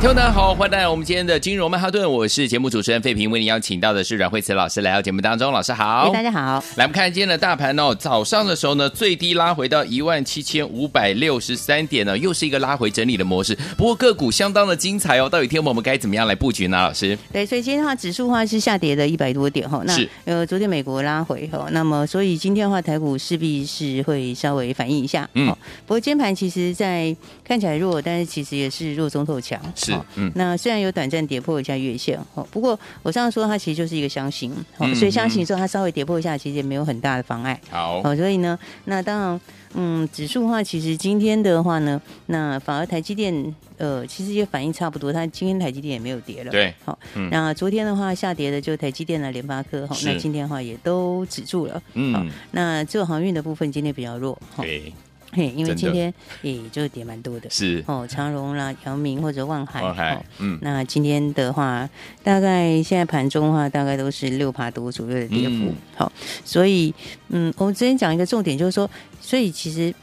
听众大家好，欢迎来到我们今天的金融曼哈顿，我是节目主持人费平，为您邀请到的是阮慧慈老师来到节目当中，老师好，哎大家好。来，我们看今天的大盘哦，早上的时候呢，最低拉回到一万七千五百六十三点呢，又是一个拉回整理的模式。不过个股相当的精彩哦，到底天我们该怎么样来布局呢？老师，对，所以今天的话，指数的话是下跌的一百多点哈。那是呃，昨天美国拉回哈，那么所以今天的话，台股势必是会稍微反应一下。嗯齁，不过今天盘其实在看起来弱，但是其实也是弱中透强。是齁嗯那虽然有短暂跌破一下月线哦，齁不过我上次说它其实就是一个箱型，嗯齁所以箱型之后它稍微跌破一下，其实也没有很大的妨碍。好，哦，所以呢，那当然，嗯，指数的话，其实今天的话呢，那反而台积电，呃，其实也反应差不多，它今天台积电也没有跌了。对，好、嗯那昨天的话下跌的就台积电了、联发科，哈、是那今天的话也都止住了。好嗯，那只有航运的部分今天比较弱，哈、对，嘿，因为真的今天也就跌蛮多的，是哦，长荣啦、阳明或者万海，王海哦，嗯，那今天的话，大概现在盘中的话，大概都是六趴多左右的跌幅嗯。好、所以嗯，我们之前讲一个重点，就是说，所以其实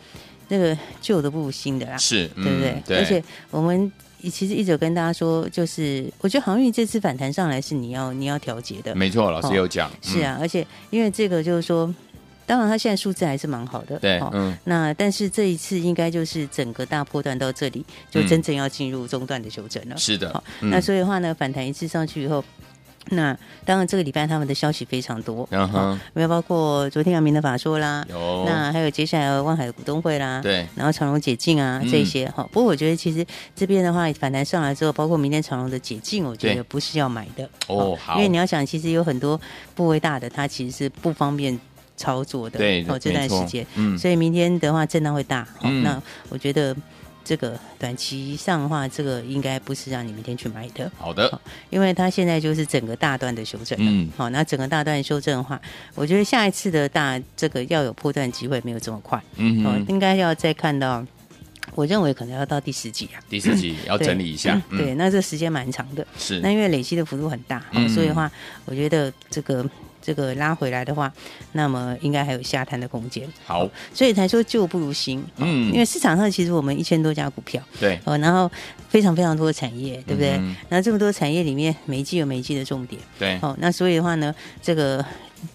那个旧的不如新的啦，是，对不对？嗯而且我们其实一直有跟大家说，就是我觉得航运这次反弹上来是你要你要调节的，没错，老师哦有讲，是嗯，啊，而且因为这个就是说，当然它现在数字还是蛮好的，对哦，嗯，那但是这一次应该就是整个大波段到这里，就嗯真正要进入中段的修正了。是的好，嗯哦那所以的话呢，反弹一次上去以后，那当然这个礼拜他们的消息非常多，嗯哼好没有包括昨天杨明的法说啦，有，哦那还有接下来万海的股东会啦，对，然后长隆解禁啊嗯这些哈、不过我觉得其实这边的话反弹上来之后，包括明天长隆的解禁，我觉对得不是要买的哦好因为你要想，其实有很多部位大的，它其实是不方便操作的，对哦这段没错时间，嗯所以明天的话震荡会大，哦嗯那我觉得。这个短期上的话，这个应该不是让你明天去买的，好的，因为它现在就是整个大段的修正了。嗯好、那整个大段修正的话，我觉得下一次的大这个要有破段机会没有这么快。嗯哦，哼，应该要再看到，我认为可能要到第十集啊。第四集要对哦嗯整理一下，嗯对，那这时间蛮长的。是那因为累积的幅度很大，哦嗯所以的话，我觉得这个这个拉回来的话，那么应该还有下探的空间。好，所以才说旧不如新。嗯嗯，哦因为市场上其实我们一千多家股票，对，哦，然后非常非常多的产业，对不对？嗯然后这么多产业里面，每一季有每一季的重点。对，哦，那所以的话呢，这个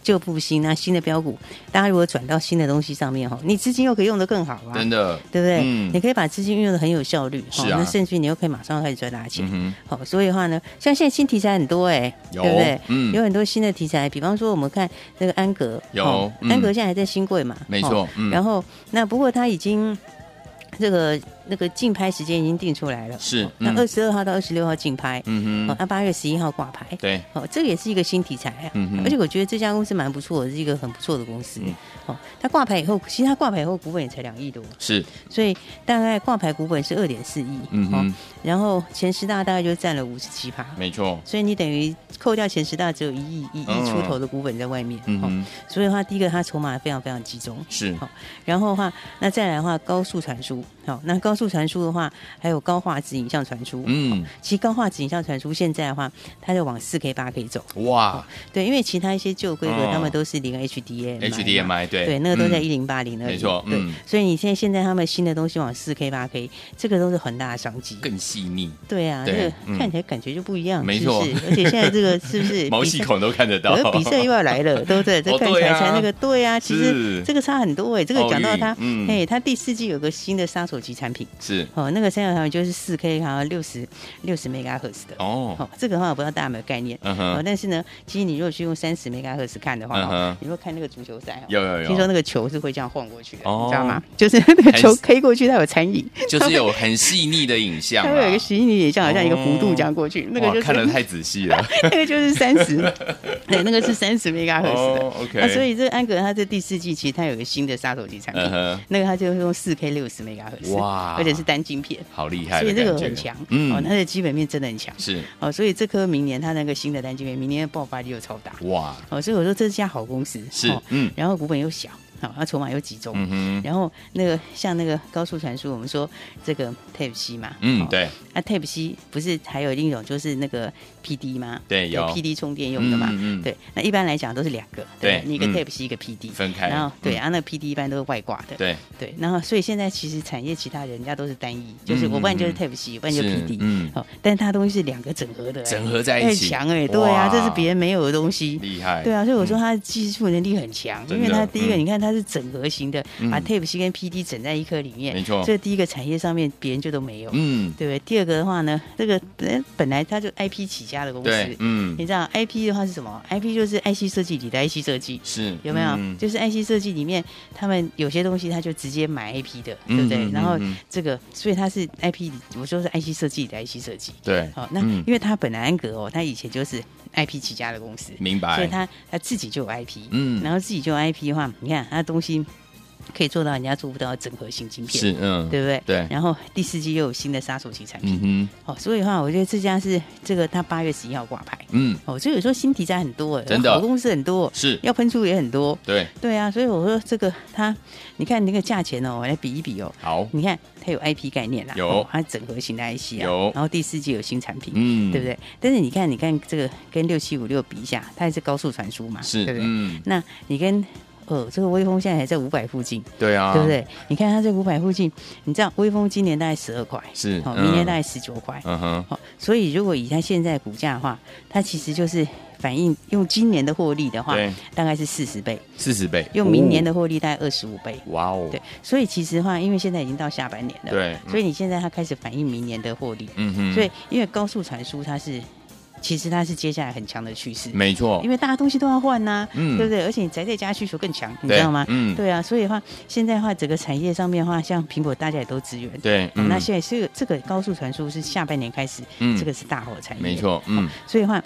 旧不新，那新的标股，大家如果转到新的东西上面哈，你资金又可以用得更好啊，真的，对不对？嗯你可以把资金运用的很有效率，是哦啊那甚至你又可以马上开始赚大钱。嗯好、所以的话呢，像现在新题材很多哎、有对不对？嗯有很多新的题材，比方说我们看那个安格，有嗯安格现在还在新贵嘛，没错哦嗯然后那不过它已经这个那个竞拍时间已经定出来了，是哦嗯那二十二号到二十六号竞拍，嗯哦哼，，那八月十一号挂牌，对，哦，这个也是一个新题材啊，嗯哼而且我觉得这家公司蛮不错的，是一个很不错的公司。嗯哦，它挂牌以后，其实它挂牌以后股本也才两亿多，是，所以大概挂牌股本是二点四亿，哦嗯哼，然后前十大大概就占了五十七趴，没错，所以你等于扣掉前十大只有一亿一嗯亿出头的股本在外面，哦嗯哼，所以的话，第一个它筹码非常非常集中，是，好然后的话，那再来的话，高速传输，好、那高速传输的话，还有高画质影像传输，哦嗯，其实高画质影像传输现在的话，它就往四 K 八 K 走，哇对，因为其他一些旧规格，哦他们都是零 HDMI 嘛，HDMI 对，对，那个都在嗯一零八零那里，没错对嗯，所以你现在现在他们新的东西往四 K 八 K，这个都是很大的商机。更细腻，对啊，对这个嗯看起来感觉就不一样，没是不错是而且现在这个 是 不是毛比细赛孔都看得到而，比赛又要 来了，对不对？这哦看起对来啊才那个对啊，其是实这个差很多哎。这个讲到它奥运嗯，哎，它第四季有个新的杀手级产品，是，哦，那个三角产品就是四 K 还有六十六十 MHz 的哦，哦，这个的话我不知道大家有没有概念。嗯哦，哼，但是呢，其实你如果去用三十 MHz 看的话，嗯哦哼你如果看那个足球赛，哦有有有听说那个球是会这样晃过去的，啊哦你知道吗？就是那个还球是 K 过去，它有残影，就是有很细腻的影 像它会有一啦个，十一厘米，像好像一个弧啊哦度这样过去，那个哇就，是看得太仔细了， 那个就是三 十，对，那个是三十 MHz 的。哦，OK，那啊所以这个安格它这第四季其实它有一个新的杀手级产品，嗯哼那个它就会用四 K 六十 MHz。哇哇而且是单晶片，好厉害的所感以觉，这个很强，嗯哦，它的基本面真的很强，是哦，所以这颗明年它那个新的单晶片，明年的爆发力又超大，哇，哦，所以我说这是家好公司，是哦嗯然后股本又小，好，它筹码又集中，嗯哼，然后那个像那个高速传输，我们说这个 Type C 嘛，嗯哦，对，啊 Type C 不是还有另一种就是那个 PD 吗？对有 PD 充电用的嘛，嗯嗯嗯对，那一般来讲都是两个，对对不对，你一个嗯 Type C 一个 PD，分开然后对嗯啊，那个 PD 一般都是外挂的，对，对，然后所以现在其实产业其他人家都是单一，就是嗯我不然就是嗯 Type C，不然就是 PD，嗯好，但它东西是两个整合的，哎整合在一起很强哎，对哇啊，这是别人没有的东西。厉害，对啊，所以我说嗯它的技术能力很强，真因的为它第一个，嗯你看它是整合型的，嗯把 Type C 跟 PD 整在一颗里面，没错这第一个产业上面别人就都没有，嗯，对不对？第二个的话呢，这个呃本来它就 IP 起家的公对司，，嗯你，知道 IP 的话是什么？IP 就是 IC 设计里的 IC 设计，是有没有？嗯就是 IC 设计里面，他们有些东西他就直接买 IP 的，嗯对不对？嗯嗯然后嗯这个，所以它是 IP，我说是 IC 设计里的 IC 设计。对，好、那嗯因为他本来安格哦，他以前就是 IP 起家的公司，明所白，以他他自己就有 IP，哎嗯然后自己就有 IP 的话，你看他东西可以做到人家做不到的整合型晶片，是嗯，对不对？对，然后第四季又有新的杀手级产品，嗯哼，哦，所以的话，我觉得这家是这个他八月十一号挂牌，嗯，哦，所以有时候新题材很多，真的好公司很多，是，要喷出也很多，对，对啊，所以我说这个它，你看那个价钱哦，我来比一比哦。好，你看它有 IP 概念啦，有哦它整合型的 IC 啊，有然后第四季有新产品，嗯，对不？对？但是你看，你看这个跟六七五六比一下，它还是高速传输嘛，是，对不对？嗯，那你跟呃这个微风现在还在五百附近，对啊，对不？对？你看它在五百附近，你知道微风今年大概十二块，是好、嗯明年大概十九块，嗯哼，好、所以如果以它现在股价的话，它其实就是反映用今年的获利的话对，哦大概是四十倍。四十倍，用明年的获利大概二十五倍。哦，哇哦，对，所以其实的话，因为现在已经到下半年了，对嗯所以你现在它开始反映明年的获利，嗯哼，所以因为高速传输它是，其实它是接下来很强的趋势，没错因，为大家东西都要换呐、嗯对不对？而且你宅在家需求更强，你对知道吗？嗯对啊，所以的话，现在的话，整个产业上面的话，像苹果大家也都支援，对哦嗯那现在这个这个高速传输是下半年开始，嗯这个是大火产业，没，错，嗯，所以的话。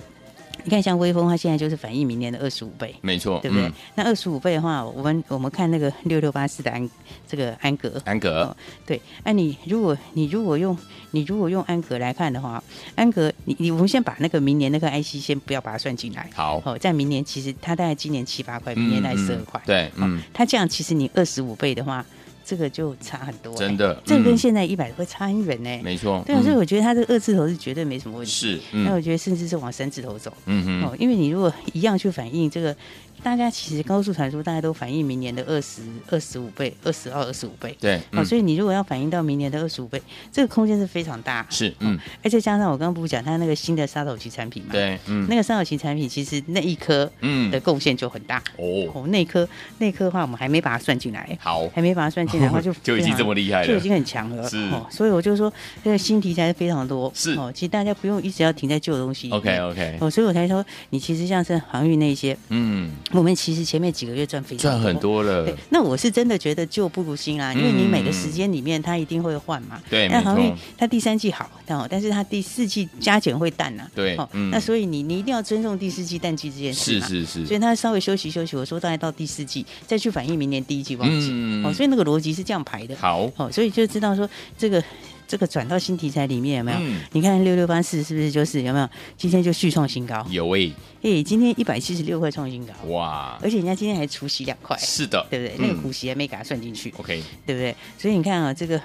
你看，像微风，它现在就是反映明年的二十五倍，没错，对不对？嗯？那二十五倍的话，我们我们看那个六六八四的安这个安格，安格哦，对，那、你如果你如果用你如果用安格来看的话，安格你你我们先把那个明年那个 IC 先不要把它算进来，好，哦，在明年其实它大概今年七八块，嗯明年大概嗯十二块，哦对，嗯，它这样其实你二十五倍的话，这个就差很多、真的，的，这个跟嗯现在一百多差很远呢、没错，对啊，嗯所以我觉得它这个二字头是绝对没什么问题。是，那嗯我觉得甚至是往三字头走，嗯哼，哦，因为你如果一样去反映这个，大家其实高速传输大家都反映明年的二十二十五倍、二十二、二十五倍。对，哦，嗯所以你如果要反映到明年的二十五倍，这个空间是非常大。是，嗯，而且加上我刚刚不是讲它那个新的杀手级产品嘛，，对，嗯那个杀手级产品其实那一颗嗯的贡献就很大。哦，哦，那一颗那一颗的话，我们还没把它算进来，好，还没把它算进来的话就 就已经非常这么厉害就已了，经很强了。是哦，所以我就说这个新题材非常多。是哦，其实大家不用一直要停在旧的东西里面。 OK OK，哦，所以我才说，你其实像是航运那些，嗯，我们其实前面几个月赚非常赚很。多了对，，那我是真的觉得旧不如新啦，因为你嗯每个时间里面它一定会换嘛。对那没错航运它第三季好，但哦，但是它第四季加减会淡呐。对嗯那所以你你一定要尊重第四季淡季这件事是嘛。是是所，以它稍微休息休息，我说大概到第四季再去反映明年第一季旺季。嗯哦，所以那个逻辑是这样排的。好，哦，所以就知道说这个这个转到新题材里面有没有？嗯你看六六八四是不是就是有没有？今天就续创新高，有诶，诶、今天一百七十六块创新高，哇，而且人家今天还除息两块，是的，对不对？嗯那个股息还没给它算进去， OK，对不对？所以你看啊，这个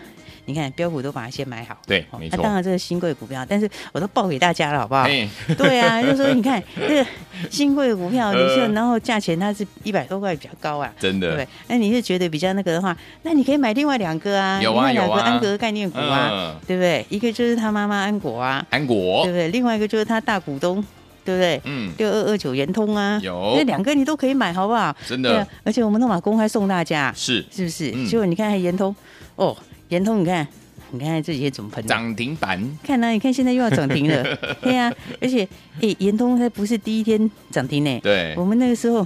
你看啊标股都把它先买好，对哦没那错当然这个新贵股票，但是我都报给大家了，好不好？哎， 对啊，就说你看这个新贵股票，你 就呃然后价钱它是一百多块比较高啊。真对不对的，？那你是觉得比较那个的话，那你可以买另外两个啊，有啊另外两有个啊安格概念股啊，嗯，哦对不对？一个就是他妈妈安国啊，韩国对，不对？另外一个就是他大股东，对不对？嗯，六二二九圆通啊，有那两个你都可以买，好不好？真对的啊，而且我们都把公开送大家，是是不是？嗯结果你看圆通，哦，圆通，你看，你看这几天怎么喷的？涨停板，看啊，你看现在又要涨停 了，对啊，而且，哎，圆通它不是第一天涨停呢，对我，们那个时候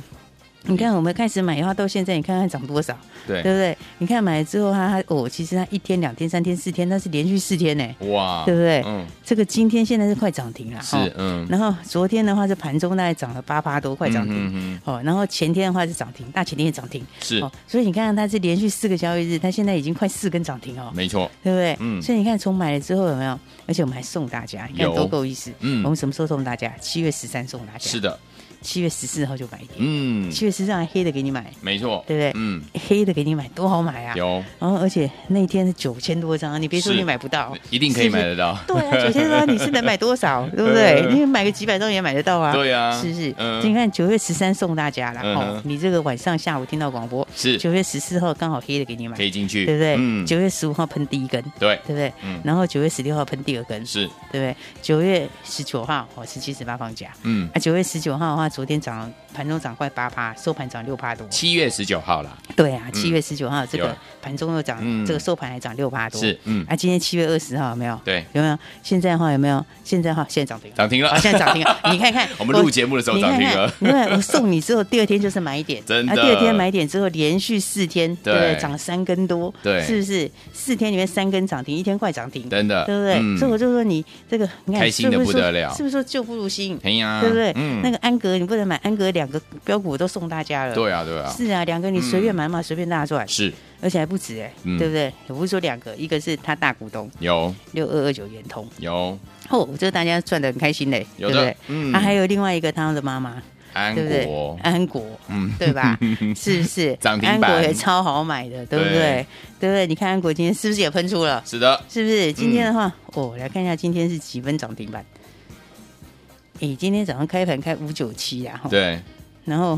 你看我们开始买的话，到现在你看看涨多少，对对，不对？你看买了之后它，它哦，其实它一天、两天、三天、四天，那是连续四天呢。哇，对不对啊嗯，这个今天现在是快涨停了，是哦，嗯，然后昨天的话是盘中大概涨了八八多，快涨停。嗯嗯嗯嗯哦，然后前天的话是涨停，大前天也涨停，是哦，所以你看它是连续四个交易日，它现在已经快四根涨停哦，没错，对不对？嗯所以你看从买了之后有没有？而且我们还送大家，你看有多够意思。嗯我们什么时候送大家？七月十三送大家，是，的，七月十四号就买一点，嗯，七、月十四号还黑的给你买，没错，对不对嗯，黑的给你买，多好买啊！有，然后而且那天是九千多张，你别说是你买不到，一定可以是不买是得到，对 啊，九千多，你是能买多少，对不对？嗯你买个几百张也买得到啊。对啊是不是？嗯你看九月十三送大家了嗯哼哦，你这个晚上下午听到广播，是九月十四号刚好黑的给你买，可对以进去，不对？嗯，九月十五号喷第一根，对对，不对嗯？然后九月十六号喷第二根，是，对不对？九月十九号哦，十七十八放假。嗯，啊，九月十九号的话，昨天涨了盘中涨快八趴，收盘涨六趴多。七月十九号啦，对啊，七月十九号这嗯有个盘中又涨嗯，这个收盘还涨六趴多。是，嗯，啊，今天七月二十号有没有？对，有没有？现在的话有没有？现在的话现在涨停 了，涨停了啊，，现在涨停了。你看看 我们录节目的时候涨停了，你看看，对，我送你之后，第二天就是买点，真的啊第二天买点之后，连续四天，对对不对，涨三根多，对是不是？四天里面三根涨停，一天快涨停，对真的，不对？所以我就说你这个，你看嗯开心得是是不得说了是不是说旧不如新？哎呀，对不对？那嗯，个安格你不能买，安格两个标股我都送大家了，对啊，对啊，是啊，两个你随便买嘛，随便大赚，是而且还不止哎、嗯对不对？我不是说两个，一个是他大股东有六二二九圆通，有哦，这大家赚的很开心嘞、对有不的对？，嗯啊，还有另外一个他的妈妈，安对不对国？，安国，嗯，对 吧？是不是？涨停安板国也超好买的，对不对对？对不对？你看安国今天是不是也喷出了？是的，是不是？今天的嗯话，哦，来看一下今天是几分涨停板。诶，今天早上开盘开五九七啊，吼对，然后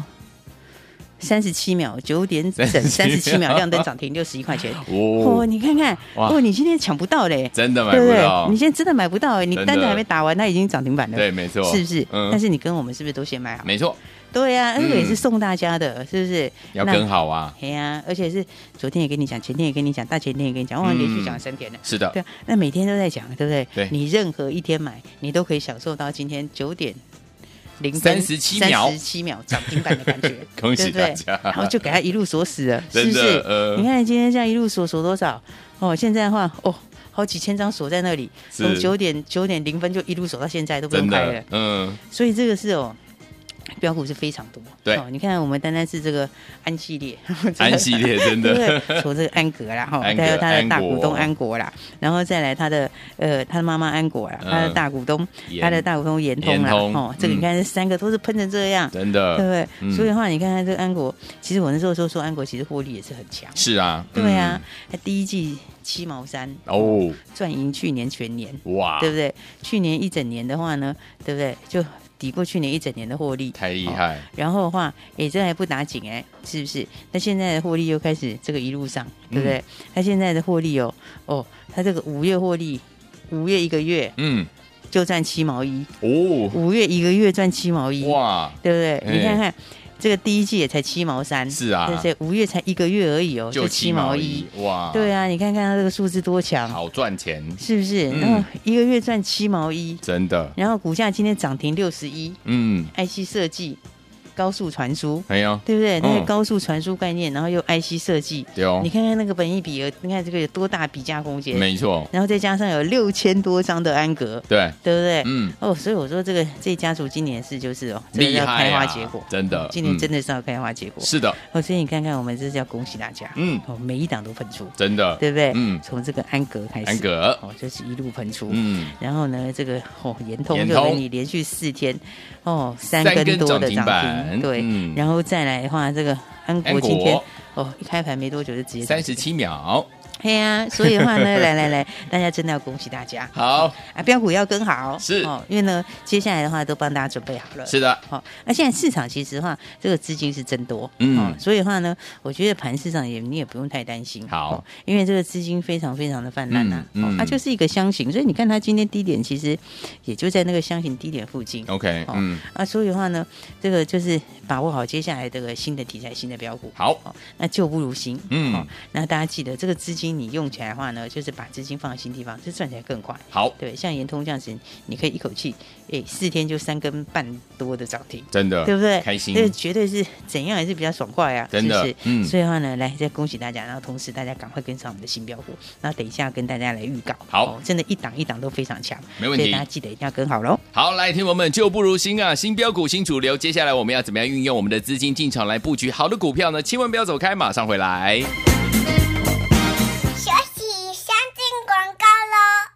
三十七秒，九点整37三秒十七秒亮 灯涨停，六十一块钱。哦，哦，你看看，哇哦，你今天抢不到嘞，真的买对不不到对？你，现在真的买不到哎，你真的单子还没打完，它已经涨停板了。对，没错，是不是？但嗯，是你跟我们是不是都先买好？没错，对呀、那个也嗯是送大家的，是不是？要那跟好啊，哎呀、而且是昨天也跟你讲，前天也跟你讲，大前天也跟你讲，哇，嗯连续讲了三天了。是的，对啊，那每天都在讲，对不对？对你任何一天买，你都可以享受到今天九点零37秒，三十七秒涨停板的感觉 恭喜对不对大家然后就给它一路锁死了，真是不的是？呃你看今天这样一路锁锁多少？哦，现在的话，哦，好几千张锁在那里，是从九点九点零分就一路锁到现在都不用真开了的。，嗯，所以这个是哦，标股是非常多。对哦，你看我们单单是这个安系列， 安系列真对不的， 对？从这个安格啦，哈，安再格有他的大股安东国安国啦，然后再来他的呃他的妈妈安国啦，嗯他的大股东，盐他的大股东延通啦，延通哦，这个嗯你看这三个都是喷成这样，真对的，不对？嗯所以的话，你看看这个安国，其实我那时候说说安国其实获利也是很强，是啊，嗯对啊，，他第一季七毛三，哦，赚赢去年全年，哇对，不对？去年一整年的话呢，对不对？就抵过去年一整年的获利，太厉哦害，然后的话，哎，这还不打紧哎，是不是？那现在的获利又开始这个一路上，嗯对不对？它现在的获利哦，哦，它这个五月获利，五月一个月嗯，就赚七毛一，哦，五月一个月赚七毛一，哇，对不对？哎你看看这个第一季也才七毛三，是啊对不对？五月才一个月而已哦，就七毛一，，哇，对，啊，你看看它这个数字多强，好赚钱，是不是？嗯然后一个月赚七毛一，真的，然后股价今天涨停六十一嗯， ，IC 设计高速传输。哎呦，对不对？那嗯个高速传输概念，然后又 IC 设计，对哦你，看看那个本益比额，你看这个有多大比价空间，没错，然后再加上有六千多张的安格，对，对不对？嗯，哦，所以我说这个这家族今年是就是哦，这个厉要害开花啊结果，真的今年嗯真的是要开花结果。是的，哦，所以你看看我们这是要恭喜大家，嗯哦，每一档都喷出，真的，对不对？嗯从这个安格开始，安格，哦，就是一路喷出，嗯，然后呢，这个哦，延通延就通给你连续四天，哦，三三根根多涨的停涨板停，对，嗯然后再来的话，这个安安国今天国哦，一开盘没多久就直接涨三十七秒，嘿呀、所以 的话呢，来来来，大家真的要恭喜大家好，啊，标股要跟好是哦，因为呢，接下来的话都帮大家准备好了，是的，好、那现在市场其实的话，这个资金是增多，嗯哦所以的话呢，我觉得盘市场也你也不用太担心，好因为这个资金非常非常的泛滥呐、啊，嗯嗯哦，它就是一个箱型，所以你看它今天低点其实也就在那个箱型低点附近。 ，OK，哦嗯，啊，所以的话呢，这个就是把握好接下来这个新的题材、新的标股。好，哦，那旧不如新。嗯哦，那大家记得这个资金你用起来的话呢，就是把资金放在新地方，这赚起来更快。好，对，像圆通这样子，你可以一口气，哎，四天就三根半多的涨停，真的，对不对？开心这，绝对是怎样也是比较爽快啊，真的是不是？嗯所以的话呢，来再恭喜大家，然后同时大家赶快跟上我们的新标股，然后等一下跟大家来预告，哦好真的，一档一档都非常强，没问题所以大家记得一定要跟好喽。好，来，听友们，旧不如新啊，新标股、新主流。接下来我们要怎么样运用我们的资金进场来布局好的股票呢？千万不要走开，马上回来。学习相进广告喽。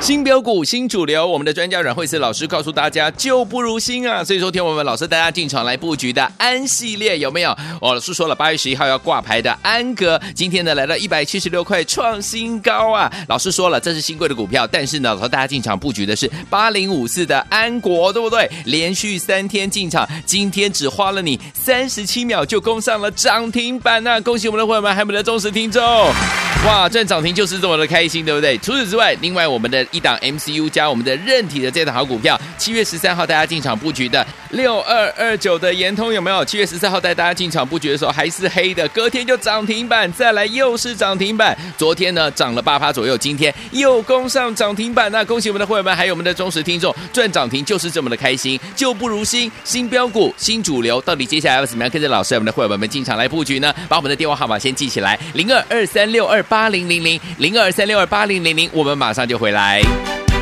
新标股、新主流，我们的专家阮慧慈老师告诉大家，旧不如新啊。所以说，听我们老师带大家进场来布局的安系列有没有？哦，老师说了，八月十一号要挂牌的安格，今天呢来到一百七十六块，创新高啊。老师说了，这是新贵的股票，但是呢，老师大家进场布局的是八零五四的安国，对不对？连续三天进场，今天只花了你三十七秒就攻上了涨停板啊！恭喜我们的会员们，还有我们的忠实听众。哇，赚涨停就是这么的开心，对不对？除此之外，另外我们的一档 MCU 加我们的任体的这档好股票，七月十三号大家进场布局的六二二九的延通有没有？七月十三号带大家进场布局的时候还是黑的，隔天就涨停板，再来又是涨停板。昨天呢涨了八趴左右，今天又攻上涨停板，那恭喜我们的会员们，还有我们的忠实听众，赚涨停就是这么的开心，旧不如新，新标股、新主流，到底接下来要怎么样跟着老师、我们的会员们进场来布局呢？把我们的电话号码先记起来，零二二三六二八零零零，零二三六二八零零零，我们马上就回来。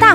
大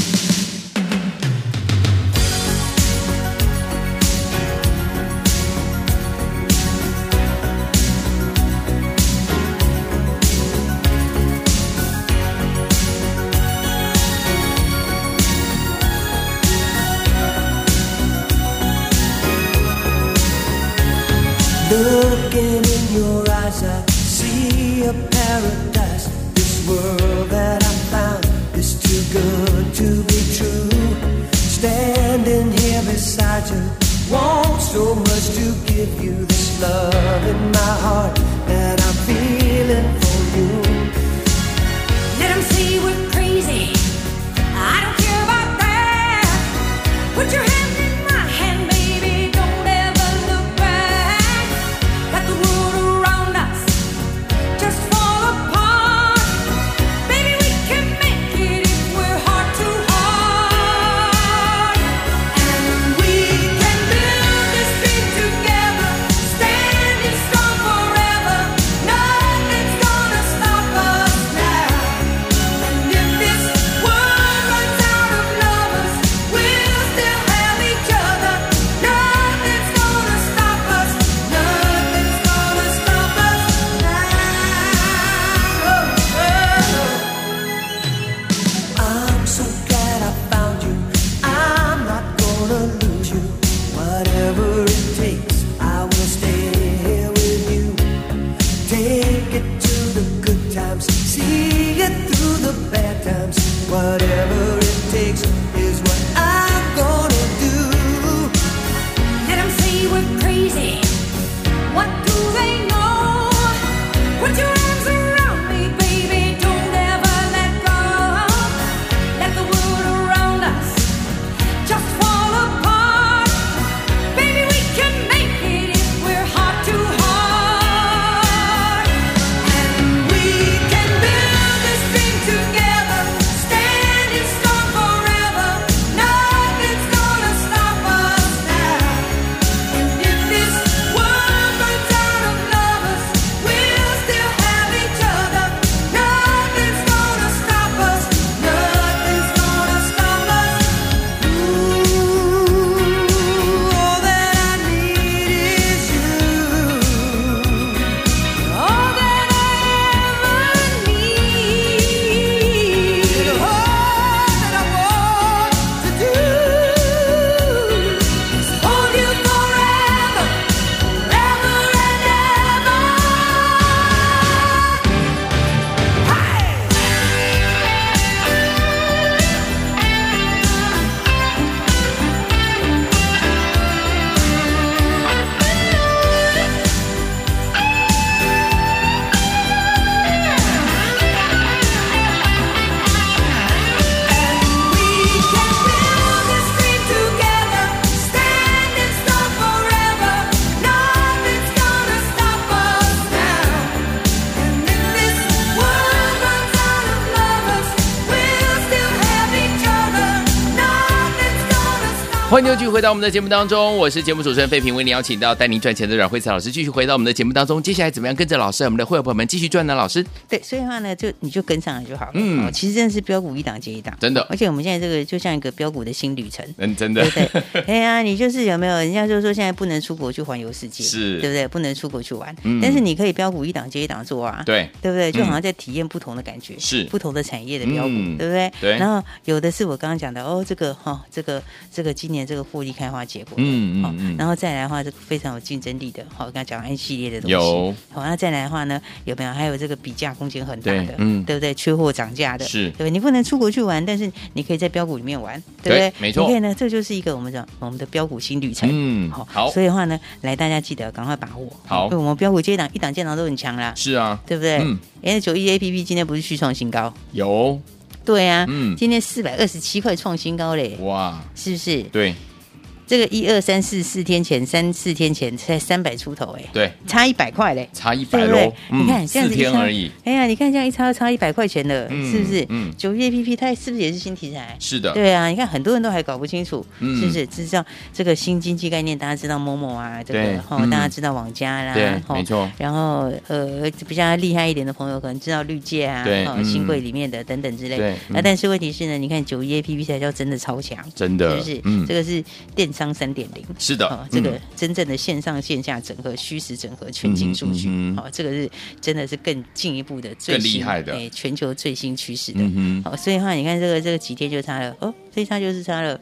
Looking in your eyes, I see a paradise. This world that I found is too good to be true. Standing here beside you, want so much to give you this love in my heart that I'm feeling for you. Let 'em see we're crazy. I don't care about that. Put your hand in my hand, baby. Don't ever look back. Let the world around us just fall apart. Baby, we can make it if we're heart to heart. And we can build this dream together, standing strong forever. Oh, 欢迎继续回到我们的节目当中，我是节目主持人费平，为您邀请到带您赚钱的阮慧慈老师，继续回到我们的节目当中。接下来怎么样跟着老师，我们的会员朋友们继续赚呢？老师，对，所以的话呢，就你就跟上来就好了。嗯嗯，其实真的是标股一档接一档，真的而且我们现在这个就像一个标股的新旅程。嗯，真的对，不对？ 哎呀，你就是有没有人家就说现在不能出国去环游世界，是对不对？不能出国去玩，嗯但是你可以标股一档接一档做啊，对对不对？就好像在体验不同的感觉，嗯是不同的产业的标股，嗯对不对？对然后有的是我刚刚讲的哦，这个哈、哦，这个这个今年这个获利开花结果的，嗯嗯哦嗯然后再来的话，这个非常有竞争力的，好、刚刚讲 N 系列的东西，有好、那再来的话呢，有没有还有这个比价空间很大对的，嗯对不对？缺货涨价的，是对不对？你不能出国去玩，但是你可以在标股里面玩，对不对对？没错你可以呢，这就是一个我们讲我们的标股新旅程。嗯好，好所以的话呢，来大家记得赶快把握。好因为我们标股接档一档接档都很强啦，是啊，对不对？嗯嗯，哎，九一 A P P 今天不是续创新高？有对啊，嗯今天四百二十七块创新高嘞，哇，是不是？对这个一二三四四天前，三四天前才三百出头哎，对，差一百块嘞。差一嗯百对不喽对，？你看这四样子一天差而已，。哎呀，你看这样一差差一百块钱了，嗯是不是？嗯嗯，九一 A P P 它是不是也是新题材？是的，对啊，你看很多人都还搞不清楚，嗯是不是？知道这个新经济概念，大家知道某某啊，这对个哈嗯，大家知道网家啦，对啊吼没错然后呃，比较厉害一点的朋友可能知道绿界啊，对吼嗯新贵里面的等等之类。对那嗯但是问题是呢，你看九一 A P P 才叫真的超强，真的是不是？嗯这个是电商三点零。是的哦，这个嗯真正的线上线下整合、虚实整合、全景数据嗯哼嗯，哼哦，这个是真的是更进一步的、最更厉新害的哎全球最新趋势的。嗯哼，好，所以的话，你看这个这个几天就差了哦，所以差就是差了，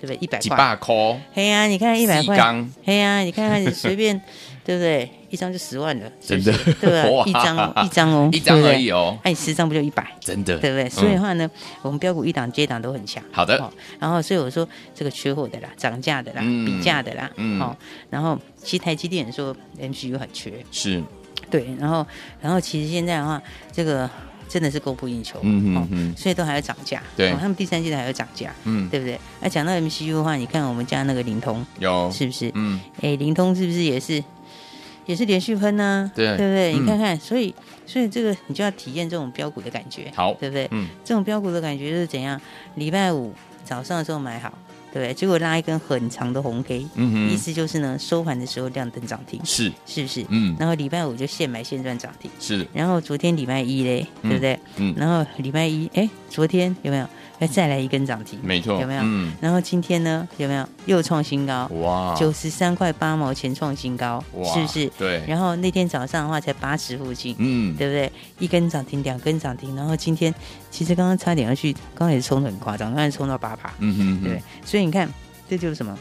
对不对？一百几块，把扣，嘿呀、你看一百四块缸，嘿呀、你看看你 随便，对不对？一张就十万了，是不是真的对吧哇？一张 哦一张哦，一张对不而对已哦那、你十张不就一百？真的，对不对？所以的话呢，我们标股一档接档都很强。好的哦，然后所以我说这个缺货的啦，涨价的啦，嗯比价的啦，嗯哦，然后其实台积电也说 MCU 很缺，是，对，然后然后其实现在的话，这个真的是供不应求，嗯哼哦嗯所以都还要涨价，对哦他们第三季度还要涨价，嗯，对不对？那讲到 MCU 的话，你看我们家那个灵通有，是不是？嗯，哎，灵通是不是也是也是连续喷呢、对对不对？嗯你看看，所以所以这个你就要体验这种标股的感觉，好对不对？嗯，这种标股的感觉就是怎样？礼拜五早上的时候买好，对不对？结果拉一根很长的红 K，嗯哼意思就是呢，收盘的时候亮灯涨停，是，是不是？嗯然后礼拜五就现买现赚涨停，是，然后昨天礼拜一嘞，对不对？嗯然后礼拜一，哎，昨天有没有？要再来一根涨停，没错有没有？嗯然后今天呢，有没有又创新高？哇，九十三块八毛钱创新高，啊哇是不是？对然后那天早上的话才八十附近，嗯，对不对？一根涨停，两根涨停，然后今天其实刚刚差点要去，刚刚也冲的很夸张，刚才冲到八趴，嗯哼对不对哼，？所以你看，这就是什么？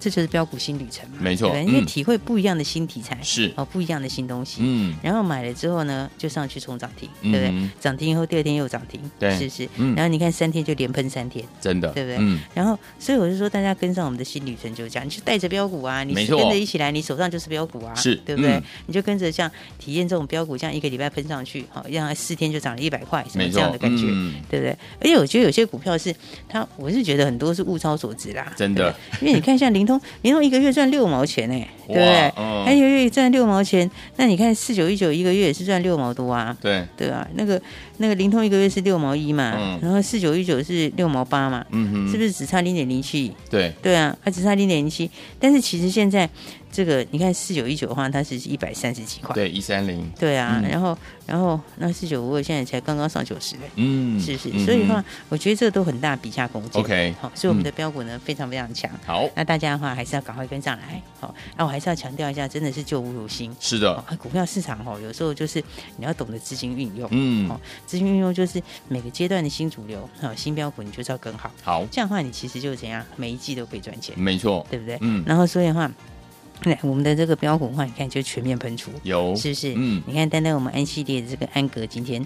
这就是标股新旅程嘛，没错对不对因为嗯体会不一样的新题材，是哦，不一样的新东西，嗯，然后买了之后呢，就上去冲涨停，嗯对不对？涨停以后第二天又涨停，对是不是？嗯然后你看三天就连喷三天，真的，对不对？嗯，然后，所以我就说，大家跟上我们的新旅程就是这样，你就带着标股啊，你没是错跟着一起来，你手上就是标股啊，是对不对？嗯你就跟着像体验这种标股，这样一个礼拜喷上去，好，让它四天就涨了一百块，什没么错这样的感觉，嗯对不对？而且我觉得有些股票是它，我是觉得很多是物超所值啦，真的对不对因为你看像灵通， 灵通一个月赚六毛钱哎、对不对哇嗯？它一个月赚六毛钱，那你看四九一九一个月也是赚六毛多啊，对，对啊，那个那个灵通一个月是六毛一嘛，嗯然后四九一九是六毛八嘛，嗯哼，是不是只差零点零七？对，对啊，它只差零点零七，但是其实现在这个你看四九一九的话，它是一百三十几块，对，一三零，对啊，嗯然后然后那四九五二现在才刚刚上九十嘞，嗯，是不是？嗯所以的话哼，，我觉得这个都很大比价空间。 OK 嗯好，所以我们的标股呢、非常非常强。好，那大家的话还是要赶快跟上来，好、那我还是要强调一下，真的是救无如新。是哦的，，股票市场哦，有时候就是你要懂得资金运用，嗯哦，资金运用就是每个阶段的新主流，哦，新标股你就是要跟好，好，这样的话你其实就是怎样，每一季都可以赚钱，没错，对不对？嗯然后所以的话，来我们的这个标股的话，你看就全面喷出，有，是不是？嗯，你看单单我们安系列的这个安格，今天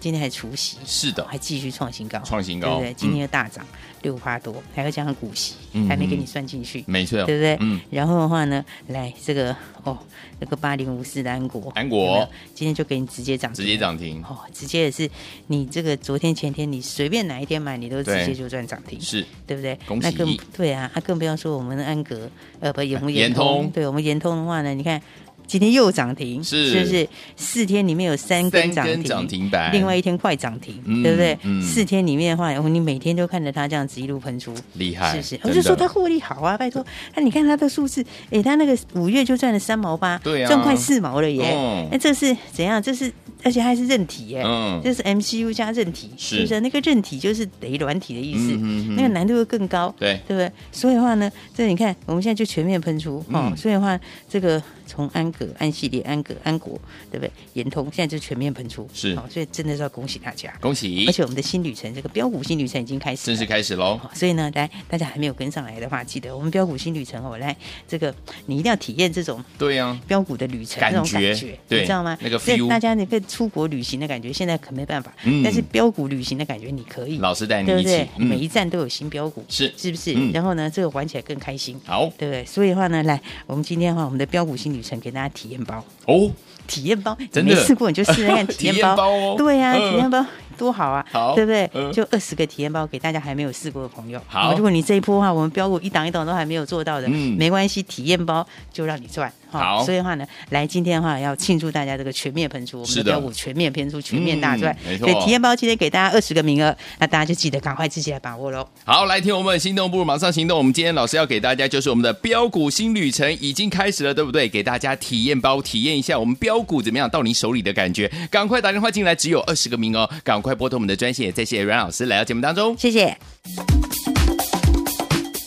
今天还除息，是的，还继续创新高，创新高对不对？嗯今天又大涨六趴多，还要加上股息嗯，还没给你算进去，没错，对不对？嗯，然后的话呢，来这个哦，那个八零五四的安国，安国有没有今天就给你直接涨停，直接涨停，哦，直接也是你这个昨天前天你随便哪一天买，你都直对接就赚涨停，是，对不对？啊恭喜那更对啊，那、更不要说我们的安格，呃，不，我们延延通通，对我们延通的话呢，你看今天又涨停，是不是？四天里面有三根三涨根停，涨停板，另外一天快涨停，嗯对不对？嗯四天里面的话，哦你每天都看着它这样子一路喷出，厉害，是不是？真我的就说它获利好啊，拜托。那你看它的数字，哎，它那个五月就赚了三毛八，对啊赚快四毛了耶嗯。那这是怎样？这是而且它还是韧体耶，嗯这是 MCU 加韧体，是是不是？那个韧体就是等于软体的意思嗯哼哼，那个难度会更高，对对不对？所以的话呢，这你看我们现在就全面喷出哦嗯。所以的话，这个从安格、安系列、安格、安国，对不对？延通现在就全面喷出，是哦所以真的是要恭喜大家。恭喜而，且我们的新旅程，这个标股新旅程已经开始正了，式开始喽，好所以呢，来大家还没有跟上来的话，记得我们标股新旅程哦，来这个你一定要体验这种对啊呀，标股的旅程感那种感觉觉，对你知道吗？那个所以 feel 大家那个出国旅行的感觉，现在可没办法，嗯但是标股旅行的感觉你可以，老师带你对一不起对？，嗯每一站都有新标股，是是不是？嗯然后呢，这个玩起来更开心。好对不对？所以的话呢，来，我们今天的话，我们的标股新旅程给大家体验包，哦，体验包，你真的没试过你就试试 看体体验验包，包哦对呀、嗯体验包多好啊，好对不对？嗯就二十个体验包给大家还没有试过的朋友。哦好如果你这一波的话，我们标股一档一档都还没有做到的，嗯没关系，体验包就让你赚。哈好所以的话呢，来今天的话要庆祝大家这个全面喷出，我们是的的标股全面喷出，全面大赚。嗯没错所以体验包今天给大家二十个名额，那大家就记得赶快自己来把握喽。好，来听我们心动不如马上行动。我们今天老师要给大家就是我们的标股新旅程已经开始了，对不对？给大家体验包，体验一下我们标股怎么样到你手里的感觉。赶快打电话进来，只有二十个名额，哦赶快拨通我们的专线。也谢谢阮老师来到节目当中。谢谢。学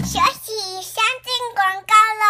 习先进广告喽。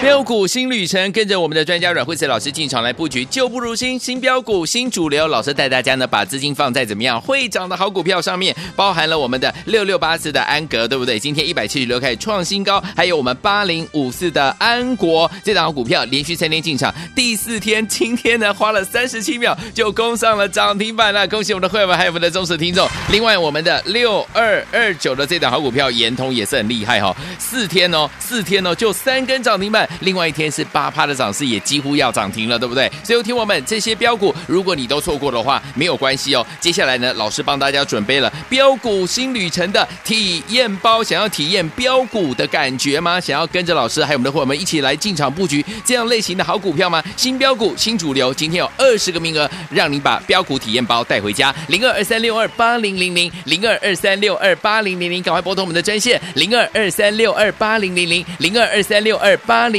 标股新旅程，跟着我们的专家阮慧慈老师进场来布局，旧不如新，新标股新主流。老师带大家呢把资金放在怎么样会涨的好股票上面，包含了我们的六六八四的安格，对不对？今天一百七十六开始创新高，还有我们八零五四的安国这档好股票，连续三天进场，第四天今天呢花了三十七秒就攻上了涨停板了，恭喜我们的会员还有我们的忠实听众。另外我们的六二二九的这档好股票延通也是很厉害哈、哦，四天哦，四天哦就三根涨停板，另外一天是八趴的涨势，也几乎要涨停了，对不对？所以听我们这些标股，如果你都错过的话，没有关系哦。接下来呢，老师帮大家准备了标股新旅程的体验包，想要体验标股的感觉吗？想要跟着老师还有我们的伙伴们一起来进场布局这样类型的好股票吗？新标股、新主流，今天有二十个名额，让你把标股体验包带回家。零二二三六二八零零零，零二二三六二八零零零，赶快拨通我们的专线零二二三六二八零零零，零二二三六二八零